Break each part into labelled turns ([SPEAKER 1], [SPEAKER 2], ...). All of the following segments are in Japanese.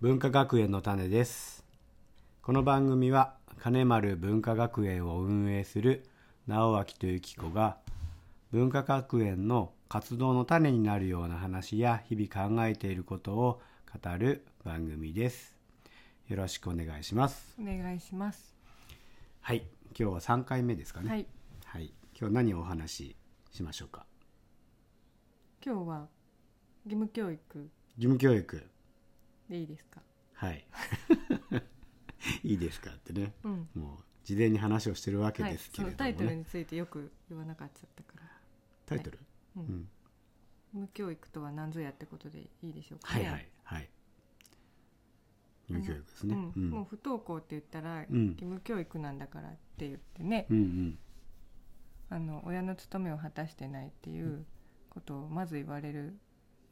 [SPEAKER 1] 文化学園の種ですこの番組は金丸文化学園を運営する直脇とゆき子が文化学園の活動の種になるような話や日々考えていることを語る番組ですよろしくお願いします
[SPEAKER 2] お願いします。
[SPEAKER 1] はい今日は3回目ですかね
[SPEAKER 2] はい、
[SPEAKER 1] はい、今日何をお話ししましょうか
[SPEAKER 2] 今日は義務教育
[SPEAKER 1] 義務教育
[SPEAKER 2] でいいですか。
[SPEAKER 1] はい いいですかってね
[SPEAKER 2] うん。
[SPEAKER 1] もう事前に話をしてるわけですけ
[SPEAKER 2] そ
[SPEAKER 1] れ
[SPEAKER 2] の
[SPEAKER 1] ども
[SPEAKER 2] タ
[SPEAKER 1] ね、
[SPEAKER 2] イトルについてよく言わなかったから。
[SPEAKER 1] タイトル、
[SPEAKER 2] うん。
[SPEAKER 1] う
[SPEAKER 2] 義
[SPEAKER 1] ん、
[SPEAKER 2] 務教育とは何ぞやってことでいいでしょうか
[SPEAKER 1] はい
[SPEAKER 2] ね。
[SPEAKER 1] はいはい義務教育ですね
[SPEAKER 2] うん
[SPEAKER 1] うん
[SPEAKER 2] もう不登校って言ったら義
[SPEAKER 1] うん
[SPEAKER 2] 務教育なんだからって言ってね、
[SPEAKER 1] うんうん
[SPEAKER 2] あの親の務めを果たしてないっていうことをまず言われる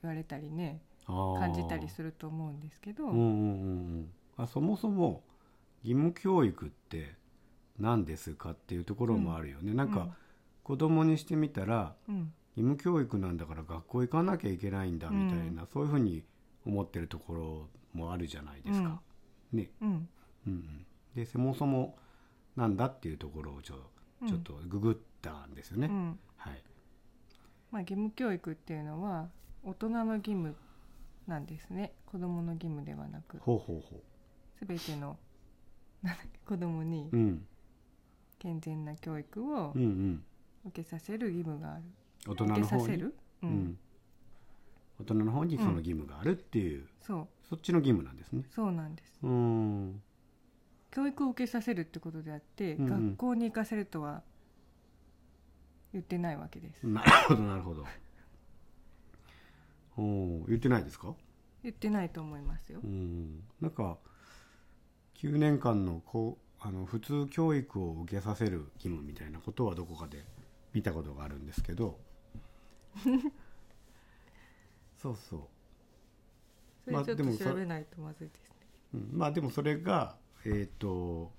[SPEAKER 2] 言われたりね
[SPEAKER 1] あー
[SPEAKER 2] 感じたりすると思うんですけど、
[SPEAKER 1] うんうんうんうんあそもそも義務教育って何ですかっていうところもあるよね、なんか子供にしてみたら
[SPEAKER 2] うん、うん
[SPEAKER 1] 義務教育なんだから学校行かなきゃいけないんだみたいな、そういうふうに思ってるところもあるじゃないですか。ね
[SPEAKER 2] うん
[SPEAKER 1] うんうん、でそもそもなんだっていうところをちょ
[SPEAKER 2] うん
[SPEAKER 1] ちょっとググったんですよね。
[SPEAKER 2] うん
[SPEAKER 1] はい、
[SPEAKER 2] まあ、義務教育っていうのは大人の義務なんですね子どもの義務ではなく
[SPEAKER 1] ほうほうほ
[SPEAKER 2] 全てのなんだっけ子どもに
[SPEAKER 1] う、うん、
[SPEAKER 2] 健全な教育を
[SPEAKER 1] うんうん
[SPEAKER 2] 受けさせる義務がある、
[SPEAKER 1] 大人
[SPEAKER 2] 受け
[SPEAKER 1] の
[SPEAKER 2] さ
[SPEAKER 1] 方
[SPEAKER 2] せ
[SPEAKER 1] に、
[SPEAKER 2] る、う
[SPEAKER 1] うんん、大人の方にその義務があるっていう、
[SPEAKER 2] そう
[SPEAKER 1] そっちの義務なんですね。
[SPEAKER 2] そうなんです
[SPEAKER 1] うーん
[SPEAKER 2] 教育を受けさせるってことであって、
[SPEAKER 1] うんうん
[SPEAKER 2] 学校に行かせるとは言ってないわけです、
[SPEAKER 1] なるほどなるほど。おー言ってないですか
[SPEAKER 2] 言ってないと思いますよ
[SPEAKER 1] う、ん、なんか9年間のこうあの普通教育を受けさせる義務みたいなことはどこかで見たことがあるんですけ どそうそまあ
[SPEAKER 2] それち
[SPEAKER 1] で
[SPEAKER 2] ょ
[SPEAKER 1] も
[SPEAKER 2] っと
[SPEAKER 1] そ
[SPEAKER 2] 調べないとまずいですね、
[SPEAKER 1] う、うん、まあでもそれがえっ、と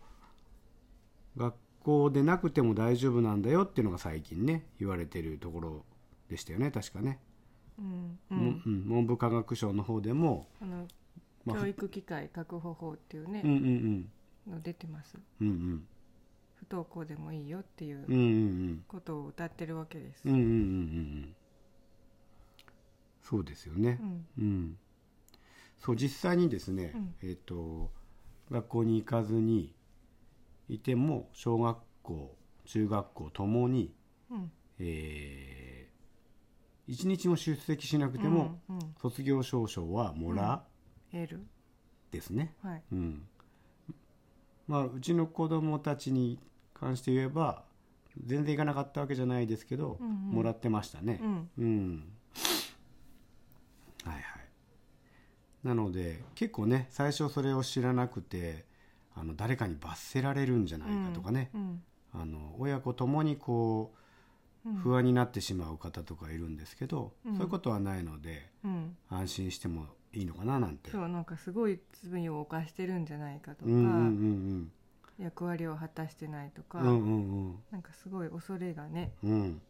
[SPEAKER 1] 学校でなくても大丈夫なんだよっていうのが最近ね言われてるところでしたよね確かね、
[SPEAKER 2] うん
[SPEAKER 1] う
[SPEAKER 2] う
[SPEAKER 1] んんうん、文部科学省の方でも、
[SPEAKER 2] あの
[SPEAKER 1] まあ
[SPEAKER 2] 教育機会確保法っていうね、
[SPEAKER 1] うんうん
[SPEAKER 2] の出てます
[SPEAKER 1] うんうん
[SPEAKER 2] 不登校でもいいよっていう
[SPEAKER 1] うんうんうんうん
[SPEAKER 2] ことを歌ってるわけです、
[SPEAKER 1] うんうんうんうんうんそうですよね
[SPEAKER 2] う、ん
[SPEAKER 1] うんそう実際にですね、
[SPEAKER 2] うん
[SPEAKER 1] えっ、と学校に行かずにいても小学校中学校ともに、
[SPEAKER 2] うん
[SPEAKER 1] えー一日も出席しなくても、
[SPEAKER 2] うんうん
[SPEAKER 1] 卒業証書はもら
[SPEAKER 2] 得る
[SPEAKER 1] ですね、
[SPEAKER 2] はい
[SPEAKER 1] うん、まあうちの子供たちに関して言えば全然行かなかったわけじゃないですけど、
[SPEAKER 2] うんうん
[SPEAKER 1] もらってましたね、
[SPEAKER 2] うん
[SPEAKER 1] うんはいはいなので結構ね最初それを知らなくてあの誰かに罰せられるんじゃないかとかね、
[SPEAKER 2] うん
[SPEAKER 1] あの親子ともにこ
[SPEAKER 2] う
[SPEAKER 1] うん不安になってしまう方とかいるんですけど、
[SPEAKER 2] うん
[SPEAKER 1] そういうことはないので
[SPEAKER 2] うん
[SPEAKER 1] 安心してもいいのかななんて
[SPEAKER 2] そうなんかすごい罪を犯してるんじゃないかとか、
[SPEAKER 1] うんうんうん
[SPEAKER 2] 役割を果たしてないと
[SPEAKER 1] う
[SPEAKER 2] か、
[SPEAKER 1] んうんうん
[SPEAKER 2] なんかすごい恐れがね
[SPEAKER 1] うんうん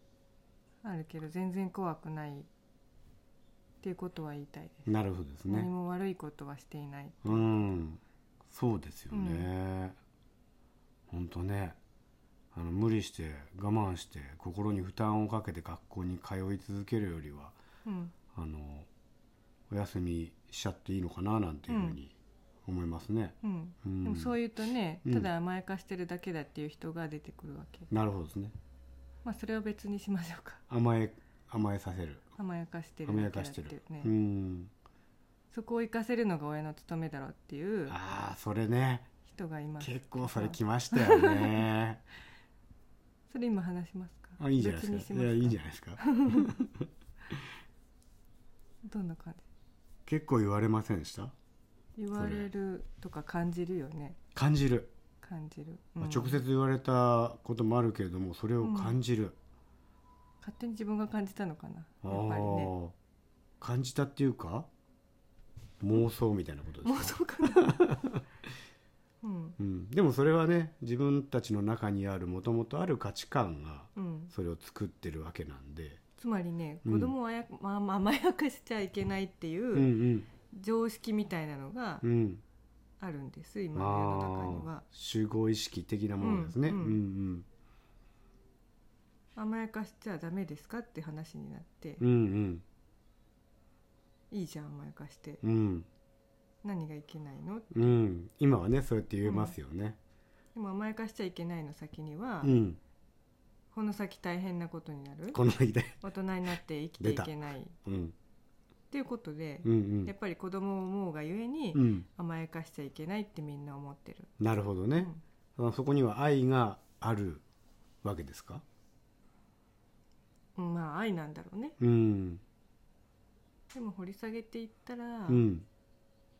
[SPEAKER 2] あるけど全然怖くないっていうことは言いたいです、
[SPEAKER 1] なるほどです
[SPEAKER 2] 何
[SPEAKER 1] ね
[SPEAKER 2] も悪いことはしていない
[SPEAKER 1] うんそうですよね、ほんとねあの無理して我慢して心に負担をかけて学校に通い続けるよりは
[SPEAKER 2] うん
[SPEAKER 1] あのお休みしちゃっていいのかななんていうふうに思いますね、
[SPEAKER 2] うん
[SPEAKER 1] うん
[SPEAKER 2] でもそういうとね、
[SPEAKER 1] うん
[SPEAKER 2] ただ甘やかしてるだけだっていう人が出てくるわけ、
[SPEAKER 1] なるほどですね
[SPEAKER 2] まあそれを別にしましょ うか
[SPEAKER 1] 甘え甘えさせる
[SPEAKER 2] 甘やかしてる
[SPEAKER 1] 甘
[SPEAKER 2] だ
[SPEAKER 1] や
[SPEAKER 2] け
[SPEAKER 1] か
[SPEAKER 2] だ
[SPEAKER 1] し
[SPEAKER 2] って
[SPEAKER 1] て
[SPEAKER 2] いう
[SPEAKER 1] る
[SPEAKER 2] ね、
[SPEAKER 1] うん
[SPEAKER 2] そこを生かせるのが親の務めだろうっていう
[SPEAKER 1] ああそれね
[SPEAKER 2] 人がいます
[SPEAKER 1] 結構それきましたよ ね
[SPEAKER 2] それ今話しますか
[SPEAKER 1] あいいじゃないです
[SPEAKER 2] 別
[SPEAKER 1] か
[SPEAKER 2] にしま
[SPEAKER 1] いやいいじゃ
[SPEAKER 2] か
[SPEAKER 1] ないですか
[SPEAKER 2] どんな感
[SPEAKER 1] 結構言われませんでした
[SPEAKER 2] じ言われるとか感じるよね
[SPEAKER 1] 感じる
[SPEAKER 2] 感じる、
[SPEAKER 1] まあ
[SPEAKER 2] うん
[SPEAKER 1] 直接言われたこともあるけれどもそれを感じる、
[SPEAKER 2] 勝手に自分が感じたのかなや
[SPEAKER 1] あ
[SPEAKER 2] っぱりね
[SPEAKER 1] ー感じたっていうか妄想みたいなことです
[SPEAKER 2] 妄
[SPEAKER 1] か
[SPEAKER 2] 想かな うん
[SPEAKER 1] うん、でもそれはね自分たちの中にあるもともとある価値観が
[SPEAKER 2] うん、
[SPEAKER 1] それを作ってるわけなんで、
[SPEAKER 2] つまりね
[SPEAKER 1] うん
[SPEAKER 2] 子供をあや、まあまあ甘やかしちゃいけないっていううん常識みたいなのが
[SPEAKER 1] うん
[SPEAKER 2] あるんです、今の世の中に
[SPEAKER 1] ああ
[SPEAKER 2] は
[SPEAKER 1] 集合意識的なものですね、う
[SPEAKER 2] うんん
[SPEAKER 1] う
[SPEAKER 2] うんん
[SPEAKER 1] うん、
[SPEAKER 2] 甘やかしちゃダメですかって話になって、
[SPEAKER 1] うんうん
[SPEAKER 2] いいじゃん甘やかして、
[SPEAKER 1] うん
[SPEAKER 2] 何がいけないの
[SPEAKER 1] うん今はねそうやって言えますよね
[SPEAKER 2] でも甘やかしちゃいけないの先には、
[SPEAKER 1] うん、
[SPEAKER 2] この先大変なことになる
[SPEAKER 1] この間、
[SPEAKER 2] 大人になって生きていけないっ
[SPEAKER 1] うん、
[SPEAKER 2] ていうことで
[SPEAKER 1] う、んうん
[SPEAKER 2] やっぱり子供を思うがゆえに、
[SPEAKER 1] うん
[SPEAKER 2] 甘やかしちゃいけないってみんな思ってる、
[SPEAKER 1] なるほど
[SPEAKER 2] う
[SPEAKER 1] ね、
[SPEAKER 2] ん
[SPEAKER 1] あそこには愛があるわけですか
[SPEAKER 2] うんまあ愛なんだろうね
[SPEAKER 1] うん
[SPEAKER 2] でも掘り下げていったら、
[SPEAKER 1] うん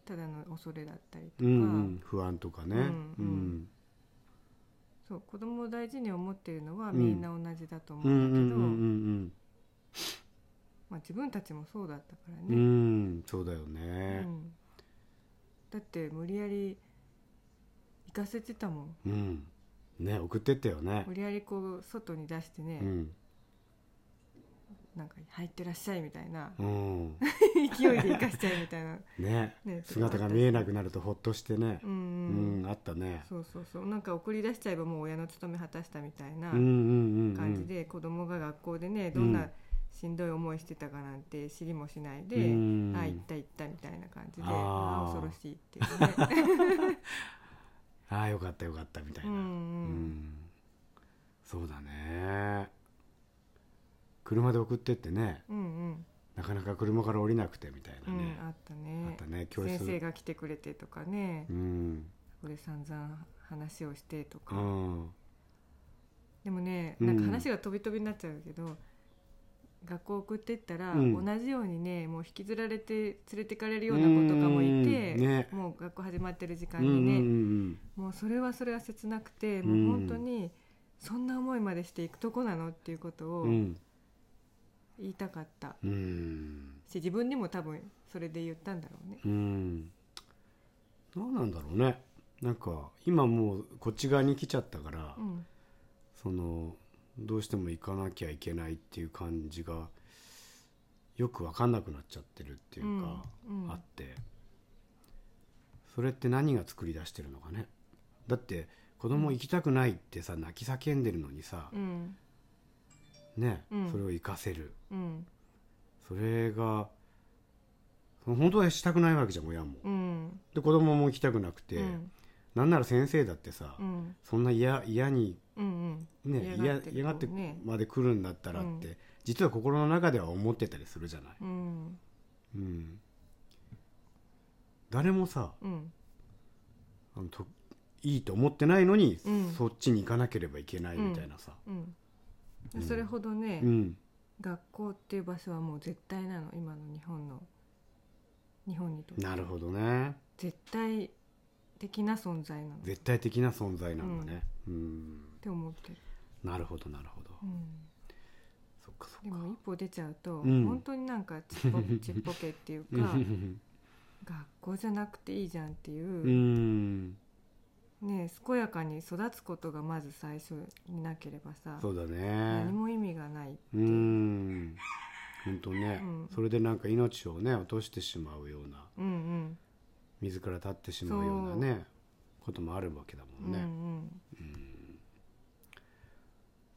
[SPEAKER 2] ただの恐れだったりとか、
[SPEAKER 1] うんうん不安とかね
[SPEAKER 2] うん
[SPEAKER 1] うん
[SPEAKER 2] そう子供を大事に思ってるのは
[SPEAKER 1] うん
[SPEAKER 2] みんな同じだと思
[SPEAKER 1] うんう
[SPEAKER 2] うん
[SPEAKER 1] ん
[SPEAKER 2] だけど、
[SPEAKER 1] うん
[SPEAKER 2] まあ、自分たちもそうだったから
[SPEAKER 1] うんう
[SPEAKER 2] ね、
[SPEAKER 1] んそうだよ
[SPEAKER 2] う
[SPEAKER 1] ね
[SPEAKER 2] んだって無理やり行かせてたもん
[SPEAKER 1] うんね送ってったよね
[SPEAKER 2] 無理やりこう外に出してね、
[SPEAKER 1] うん
[SPEAKER 2] なんか入ってらっしゃいみたいな
[SPEAKER 1] うん
[SPEAKER 2] 勢いで行かしちゃうみたいな、
[SPEAKER 1] ね
[SPEAKER 2] ね
[SPEAKER 1] 姿が見えなくなるとほっとしてね
[SPEAKER 2] うん
[SPEAKER 1] う
[SPEAKER 2] うん
[SPEAKER 1] んあったね
[SPEAKER 2] そうそうそうなんか送り出しちゃえばもう親の務め果たしたみたいな
[SPEAKER 1] うんうんうんう
[SPEAKER 2] 感じ
[SPEAKER 1] ん
[SPEAKER 2] で、子供が学校でね
[SPEAKER 1] う
[SPEAKER 2] ど
[SPEAKER 1] ん
[SPEAKER 2] んなしんどい思いしてたかなんて知りもしないで、
[SPEAKER 1] うん
[SPEAKER 2] ああ行った行ったみたいな感じで
[SPEAKER 1] あー
[SPEAKER 2] ああ恐ろしいっていう ね
[SPEAKER 1] ああよかったよかったみたいうなうんんそうだね車で送ってってね
[SPEAKER 2] うんうんうん
[SPEAKER 1] なかなか車から降りなくてみたいなね、
[SPEAKER 2] あった
[SPEAKER 1] あ
[SPEAKER 2] ね
[SPEAKER 1] ったね教室
[SPEAKER 2] 先生が来てくれてとかね、
[SPEAKER 1] うん
[SPEAKER 2] これ散々話をしてと
[SPEAKER 1] う
[SPEAKER 2] か、
[SPEAKER 1] ん
[SPEAKER 2] でもね
[SPEAKER 1] うん
[SPEAKER 2] なんか話が飛び飛びになっちゃうけど、学校送ってったら、
[SPEAKER 1] うん
[SPEAKER 2] 同じようにねもう引きずられて連れてかれるような子とかもいて、
[SPEAKER 1] うんね
[SPEAKER 2] もう学校始まってる時
[SPEAKER 1] う
[SPEAKER 2] 間
[SPEAKER 1] んう
[SPEAKER 2] に
[SPEAKER 1] ん
[SPEAKER 2] ね、
[SPEAKER 1] うん
[SPEAKER 2] もうそれはそれは切なくて、
[SPEAKER 1] うん
[SPEAKER 2] もう本当にそんな思いまでしていくとこなのっていうこと
[SPEAKER 1] う
[SPEAKER 2] を
[SPEAKER 1] ん
[SPEAKER 2] 言いたかった
[SPEAKER 1] うん
[SPEAKER 2] し自分にも多分それで言ったんだろうね。
[SPEAKER 1] うん何なんだろうねなんか今もうこっち側に来ちゃったから、
[SPEAKER 2] うん
[SPEAKER 1] そのどうしても行かなきゃいけないっていう感じがよく分かんなくなっちゃってるっていうか、
[SPEAKER 2] うんうん
[SPEAKER 1] あってそれって何が作り出してるのかねだって子供行きたくないってさ泣き叫んでるのにさ
[SPEAKER 2] う、ん
[SPEAKER 1] ね、
[SPEAKER 2] うん
[SPEAKER 1] それを生かせる
[SPEAKER 2] うん
[SPEAKER 1] それがその本当はしたくないわけじゃん親も
[SPEAKER 2] うん
[SPEAKER 1] で子供も行きたくなくて、
[SPEAKER 2] うん
[SPEAKER 1] なんなら先生だってさ、
[SPEAKER 2] うん
[SPEAKER 1] そんな嫌嫌に
[SPEAKER 2] うん
[SPEAKER 1] ね嫌
[SPEAKER 2] 嫌がってる
[SPEAKER 1] 嫌がって
[SPEAKER 2] 子ね
[SPEAKER 1] まで来るんだったらって、実は心の中では思ってたりするじゃない、
[SPEAKER 2] うん
[SPEAKER 1] うん、誰もさ
[SPEAKER 2] うん
[SPEAKER 1] あのといいと思ってないのに、
[SPEAKER 2] うん
[SPEAKER 1] そっちに行かなければいけないみたいなさ、
[SPEAKER 2] うん
[SPEAKER 1] うん
[SPEAKER 2] それほどね、
[SPEAKER 1] うん
[SPEAKER 2] 学校っていう場所はもう絶対なの今の日本の日本にとって
[SPEAKER 1] なるほどね
[SPEAKER 2] 絶対的な存在なのっ
[SPEAKER 1] 絶対的な存在なんだねうん
[SPEAKER 2] て思ってる、
[SPEAKER 1] なるほどなるほど、
[SPEAKER 2] うん
[SPEAKER 1] そっかそ
[SPEAKER 2] で
[SPEAKER 1] っか
[SPEAKER 2] も一歩出ちゃうと、
[SPEAKER 1] うん
[SPEAKER 2] 本当になんかちっぽ ちっぽけっていう
[SPEAKER 1] うんう
[SPEAKER 2] か
[SPEAKER 1] ん
[SPEAKER 2] 学校じゃなくていいじゃんって
[SPEAKER 1] う
[SPEAKER 2] いう、
[SPEAKER 1] ん
[SPEAKER 2] ねえ健やかに育つことがまず最初になければさ、
[SPEAKER 1] そうだ
[SPEAKER 2] 何
[SPEAKER 1] ね
[SPEAKER 2] も意味がないって
[SPEAKER 1] う
[SPEAKER 2] いう、うん
[SPEAKER 1] ん本当ね、
[SPEAKER 2] うん
[SPEAKER 1] それでなんか命をね落としてしまうような
[SPEAKER 2] うん
[SPEAKER 1] 自ら立ってしまうようなねこともあるわけだも
[SPEAKER 2] うん
[SPEAKER 1] んね、
[SPEAKER 2] うん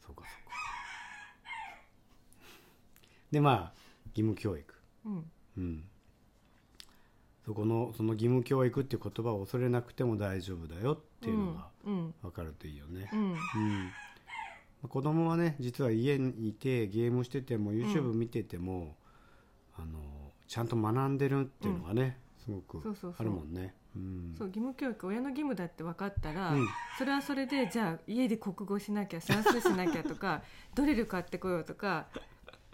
[SPEAKER 1] そうかそうかでまあ義務教育
[SPEAKER 2] うん
[SPEAKER 1] うんそこのその義務教育っていう言葉を恐れなくても大丈夫だよっていうのが
[SPEAKER 2] うん
[SPEAKER 1] 分かるといいよね
[SPEAKER 2] う、ん
[SPEAKER 1] うん子供はね実は家にいてゲームしてても YouTube
[SPEAKER 2] う
[SPEAKER 1] 見てても、あのちゃんと学んでるっていうのがね、す
[SPEAKER 2] そ
[SPEAKER 1] ご
[SPEAKER 2] うそう
[SPEAKER 1] く
[SPEAKER 2] そ
[SPEAKER 1] あ
[SPEAKER 2] う
[SPEAKER 1] るもんねうん
[SPEAKER 2] そう義務教育親の義務だって分かったら、
[SPEAKER 1] うん
[SPEAKER 2] それはそれでじゃあ家で国語しなきゃ算数しなきゃ とかドリル買ってこようとか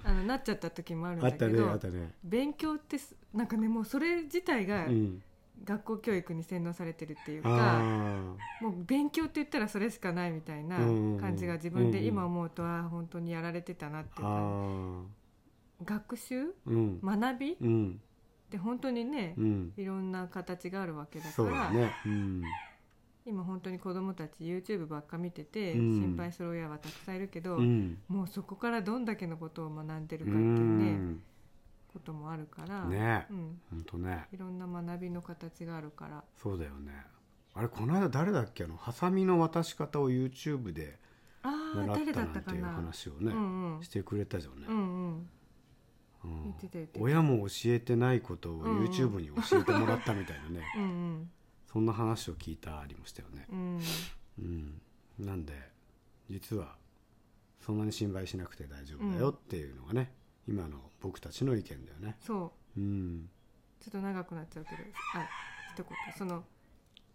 [SPEAKER 2] あのなっちゃった時もあるん
[SPEAKER 1] あ
[SPEAKER 2] だ
[SPEAKER 1] っ
[SPEAKER 2] け
[SPEAKER 1] たねあっ
[SPEAKER 2] ど、
[SPEAKER 1] たね
[SPEAKER 2] 勉強ってすなんかねもうそれ自体が
[SPEAKER 1] うん
[SPEAKER 2] 学校教育に洗脳されてるっていうか、
[SPEAKER 1] あ
[SPEAKER 2] もう勉強って言ったらそれしかないみたいな
[SPEAKER 1] うん
[SPEAKER 2] 感じが自分
[SPEAKER 1] う
[SPEAKER 2] で
[SPEAKER 1] ん
[SPEAKER 2] 今思うと、ああ本当にやられてたなって
[SPEAKER 1] あ
[SPEAKER 2] いう
[SPEAKER 1] あ
[SPEAKER 2] か
[SPEAKER 1] ー
[SPEAKER 2] 学習
[SPEAKER 1] うん
[SPEAKER 2] 学びっ
[SPEAKER 1] うん
[SPEAKER 2] て本当にね、
[SPEAKER 1] うん
[SPEAKER 2] いろんな形があるわけだか
[SPEAKER 1] そう
[SPEAKER 2] ら
[SPEAKER 1] だねうん
[SPEAKER 2] 今本当に子供たち YouTube ばっか見てて、
[SPEAKER 1] うん
[SPEAKER 2] 心配する親はたくさんいるけど、
[SPEAKER 1] うん
[SPEAKER 2] もうそこからどんだけのことを学んでる
[SPEAKER 1] う
[SPEAKER 2] かっていうね、
[SPEAKER 1] ん
[SPEAKER 2] こともあるから、
[SPEAKER 1] ね
[SPEAKER 2] うん、
[SPEAKER 1] ほんとね
[SPEAKER 2] いろんな学びの形があるから
[SPEAKER 1] そうだよねあれこの間誰だっけあのハサミの渡し方を YouTube で
[SPEAKER 2] ああ
[SPEAKER 1] 習っ
[SPEAKER 2] 誰だ
[SPEAKER 1] た
[SPEAKER 2] っ
[SPEAKER 1] な
[SPEAKER 2] た
[SPEAKER 1] ん
[SPEAKER 2] か
[SPEAKER 1] ていう
[SPEAKER 2] な
[SPEAKER 1] 話をね、
[SPEAKER 2] うんうん
[SPEAKER 1] してくれたじゃんね、
[SPEAKER 2] うんうん
[SPEAKER 1] うん
[SPEAKER 2] 言ってた言ってた
[SPEAKER 1] 親も教えてないことを
[SPEAKER 2] うんうん
[SPEAKER 1] YouTube に教えてもらったみたいなね、
[SPEAKER 2] うん
[SPEAKER 1] そんな話を聞いたりもしたよね
[SPEAKER 2] うんうん
[SPEAKER 1] うんなんで実はそんなに心配しなくて大丈夫だよっていうのがね、今の僕たちの意見だよね
[SPEAKER 2] そう
[SPEAKER 1] うん
[SPEAKER 2] ちょっと長くなっちゃうけどあ一言その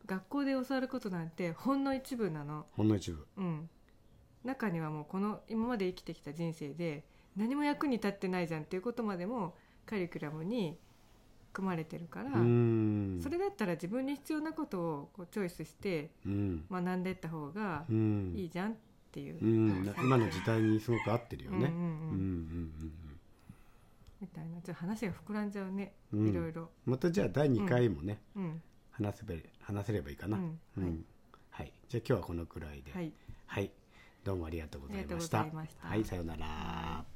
[SPEAKER 2] 学校で教わることなんてほんの一部なの
[SPEAKER 1] ほんの一部
[SPEAKER 2] うん中にはもうこの今まで生きてきた人生で何も役に立ってないじゃんっていうことまでもカリキュラムに組まれてるから、
[SPEAKER 1] うん
[SPEAKER 2] それだったら自分に必要なことをこうチョイスして
[SPEAKER 1] うん
[SPEAKER 2] 学んでった方が
[SPEAKER 1] うん
[SPEAKER 2] いいじゃんっていう、
[SPEAKER 1] うん な今の時代にすごく合ってるよ
[SPEAKER 2] うんうん
[SPEAKER 1] ねうん
[SPEAKER 2] う
[SPEAKER 1] うんん
[SPEAKER 2] みたいなちょっと話が膨らんじゃうね、
[SPEAKER 1] うんうん
[SPEAKER 2] いろいろ
[SPEAKER 1] またじゃあ第2回もね、
[SPEAKER 2] うん
[SPEAKER 1] 話せべ話せればいいかな、
[SPEAKER 2] うん
[SPEAKER 1] う
[SPEAKER 2] はい
[SPEAKER 1] んはい、じゃあ今日はこのくらいで
[SPEAKER 2] はい
[SPEAKER 1] はい、どうもありがとうございまし
[SPEAKER 2] あ
[SPEAKER 1] た
[SPEAKER 2] りがとうございました
[SPEAKER 1] はいさようなら、
[SPEAKER 2] はい